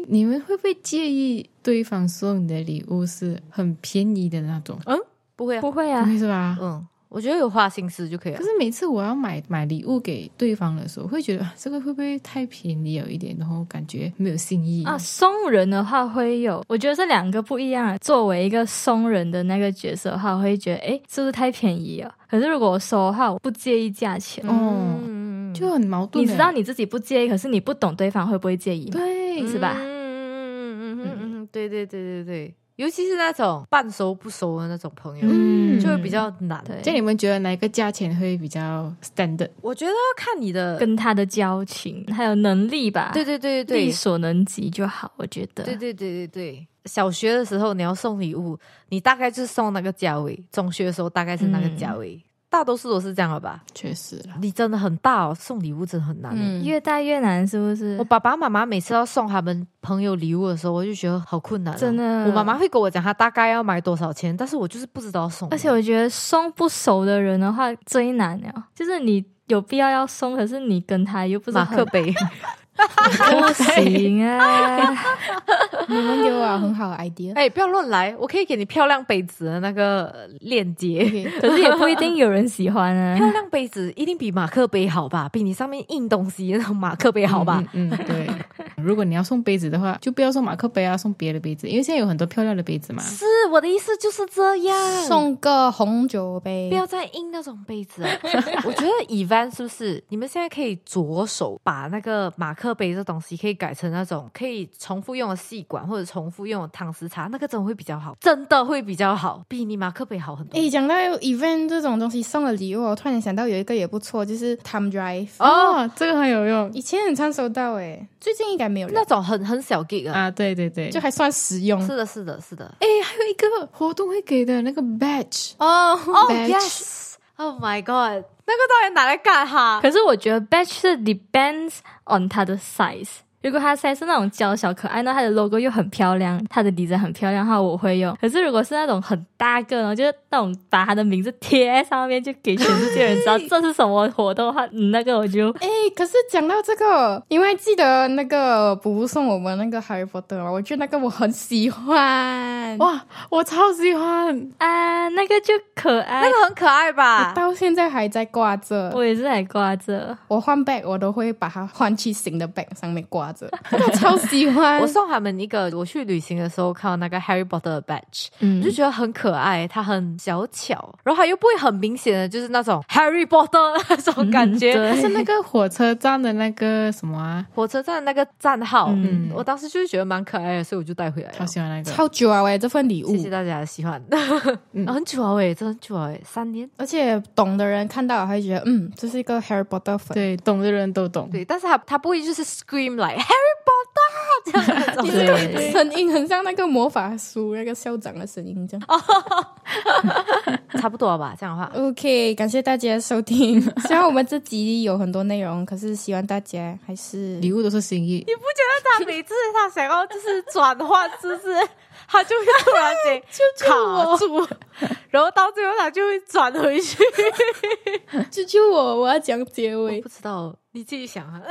Speaker 5: 你们会不会介意对方送你的礼物是很便宜的那种？嗯，
Speaker 1: 不会啊，
Speaker 3: 不会
Speaker 5: 不
Speaker 3: 啊，
Speaker 5: 会是吧？
Speaker 1: 嗯，我觉得有花心思就可以了
Speaker 5: 可。是每次我要买买礼物给对方的时候，会觉得啊这个会不会太便宜了一点，然后感觉没有新
Speaker 1: 嗯
Speaker 5: 意
Speaker 3: 啊，送人的话会有，我觉得这两个不一样。作为一个送人的那个角色的话，我会觉得，诶，是不是太便宜了？可是如果我收的话，我不介意价钱。
Speaker 5: 哦，
Speaker 1: 嗯，
Speaker 5: 就很矛盾
Speaker 3: 你
Speaker 5: 欸。
Speaker 3: 知道你自己不介意，可是你不懂对方会不会介意嘛，
Speaker 5: 对
Speaker 3: 是吧？
Speaker 1: 嗯嗯嗯嗯嗯嗯嗯，对对对对对，尤其是那种半熟不熟的那种朋友，
Speaker 5: 嗯
Speaker 1: 就会比较难。
Speaker 3: 对
Speaker 5: 这样你们觉得哪一个价钱会比较 standard？
Speaker 1: 我觉得要看你的，
Speaker 3: 跟他的交情还有能力吧，
Speaker 1: 对对对对对
Speaker 3: 力所能及就好，我觉得。
Speaker 1: 对对对对对，小学的时候你要送礼物，你大概就是送那个价位；中学的时候大概是那个价位，大多数都是这样了吧？
Speaker 5: 确实啦，
Speaker 1: 你真的很大哦，送礼物真的很难。
Speaker 2: 嗯，
Speaker 3: 越大越难，是不是？
Speaker 1: 我爸爸妈妈每次要送他们朋友礼物的时候，我就觉得好困难哦、
Speaker 3: 真的
Speaker 1: 我妈妈会跟我讲她大概要买多少钱，但是我就是不知道送。
Speaker 3: 而且我觉得送不熟的人的话最难了，就是你有必要要送，可是你跟他又不是
Speaker 1: 马
Speaker 3: 很
Speaker 1: 克 杯，
Speaker 3: 不 行啊。
Speaker 2: 你们给我很好的 idea。
Speaker 1: 哎、不要乱来，我可以给你漂亮杯子的那个呃链 接。
Speaker 2: OK，
Speaker 3: 可是也不一定有人喜欢
Speaker 1: 漂
Speaker 3: 啊。
Speaker 1: 亮杯子一定比马克杯好吧？比你上面印东西的那种马克杯好吧？
Speaker 5: 嗯，嗯对。如果你要送杯子的话，就不要送马克杯啊，送别的杯子，因为现在有很多漂亮的杯子嘛。
Speaker 1: 是我的意思就是这样。
Speaker 2: 送个红酒
Speaker 1: 不
Speaker 2: 杯
Speaker 5: 哎
Speaker 1: 要，再印那种杯 子了。 我觉得 event 是不是你们现在可以着手把那个马克杯这东西可以改成那种可以重复用的细管或者重复用的汤匙茶，那个真的会比较好，真的会比较好，比你马克杯好很多。
Speaker 2: 哎，讲到 event 这种东西送的礼物，我突然想到有一个也不错，就是 Time Drive。
Speaker 5: 哦，这个很有用
Speaker 2: 以前很常收到哎，最近应该没有
Speaker 1: 那
Speaker 2: 了，
Speaker 1: 种很很小 gig 啊，
Speaker 5: 啊！对对对，
Speaker 2: 就还算实用。
Speaker 1: 是的，是的，是的。
Speaker 5: 哎，还有一个活动会给的那个 badge，
Speaker 2: 哦，
Speaker 1: 哦、
Speaker 5: Badge
Speaker 1: yes，Oh Oh my God，那个到底拿来干哈？
Speaker 3: 可是我觉得 batch 是 depends on 它的 size。如果它 size 是那种娇小可爱，那它的 logo 又很漂亮，它的 design 很漂亮的话，我会用。可是如果是那种很大个呢，就是那种把它的名字贴在上面，就给全世界人知道这是什么活动的话，嗯那个我就
Speaker 2: 哎、可是讲到这个，你们还记得那个不送我们那个《哈利波特》吗？我觉得那个我很喜欢，哇，
Speaker 5: 哇，我超喜欢，
Speaker 3: 啊，那个就可爱
Speaker 1: 那，个很可爱吧？
Speaker 2: 到现在还在挂着。
Speaker 3: 我也是还挂着。
Speaker 2: 我换 bag 我都会把它换去新的 bag 上面挂 着，我超喜
Speaker 3: 嗯
Speaker 2: 欢
Speaker 1: 我。送他们一个，我去旅行的时候看到那个 Harry Potter 的 badge，
Speaker 3: 嗯
Speaker 1: 我就觉得很可爱，它很小巧，然后它又不会很明显的就是那种 Harry Potter 那种感觉。
Speaker 3: 嗯对
Speaker 5: 啊是那个火车站的那个什么啊，
Speaker 1: 火车站那个站号，
Speaker 3: 嗯
Speaker 1: 我当时就是觉得蛮可爱的，所以我就带回来
Speaker 5: 超
Speaker 1: 了。
Speaker 5: 喜欢那个。
Speaker 2: 超久啊！喂，这份礼物，
Speaker 3: 哦
Speaker 1: 谢谢大家的喜欢，
Speaker 5: 嗯
Speaker 1: 啊 很久哎、真的很久哎、三年。
Speaker 2: 而且懂的人看到还会觉得，嗯，这是一个 Harry Potter 粉。
Speaker 5: 对，懂的人都懂。
Speaker 1: 对，但是他他不会就是 scream 来 Harry Potter 这样那种，
Speaker 3: 哦对
Speaker 2: 声音很像那个魔法书那个校长的声音这样。
Speaker 1: 差不多吧，这样的话。
Speaker 2: OK，感谢大家收听。虽然我们这集有很多内容，可是希望大家还是
Speaker 5: 礼物都是心意，
Speaker 1: 你不觉得他每次他想要就是转换姿势，他就会突然间卡住，然后到最后他就会转回去。
Speaker 2: 救救我！我要讲结 尾。
Speaker 1: 不知道你自己想啊，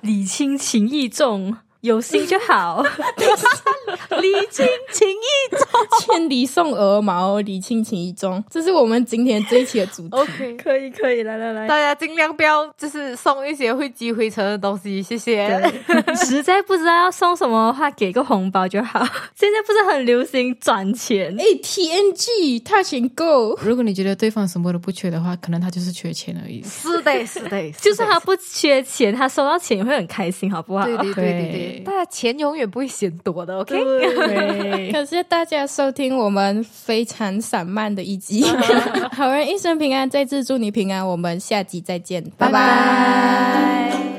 Speaker 3: 礼轻情意重，有心就 好。
Speaker 1: 礼轻情意。
Speaker 2: 千里送鹅毛，礼轻情意重，这是我们今天这一期的主 题。
Speaker 1: OK，
Speaker 3: 可以可以，来来来，
Speaker 1: 大家尽量不要就是送一些会积灰尘的东西，谢谢。
Speaker 3: 实在不知道要送什么的话，给个红包就好。 现在不是很流行转钱
Speaker 2: 哎、，t N G 大选 Go，
Speaker 5: 如果你觉得对方什么都不缺的话，可能他就是缺钱而已。
Speaker 1: 是的，是的，
Speaker 3: 就算他不缺钱，他收到钱也会很开心，好不好？
Speaker 1: 对对对对对
Speaker 5: 对，
Speaker 1: 大家钱永远不会嫌多的，OK。
Speaker 5: 对，
Speaker 2: 感谢大家收听我们非常散漫的一集。好人一生平安，再次祝你平安，我们下集再见，拜拜。
Speaker 1: 拜。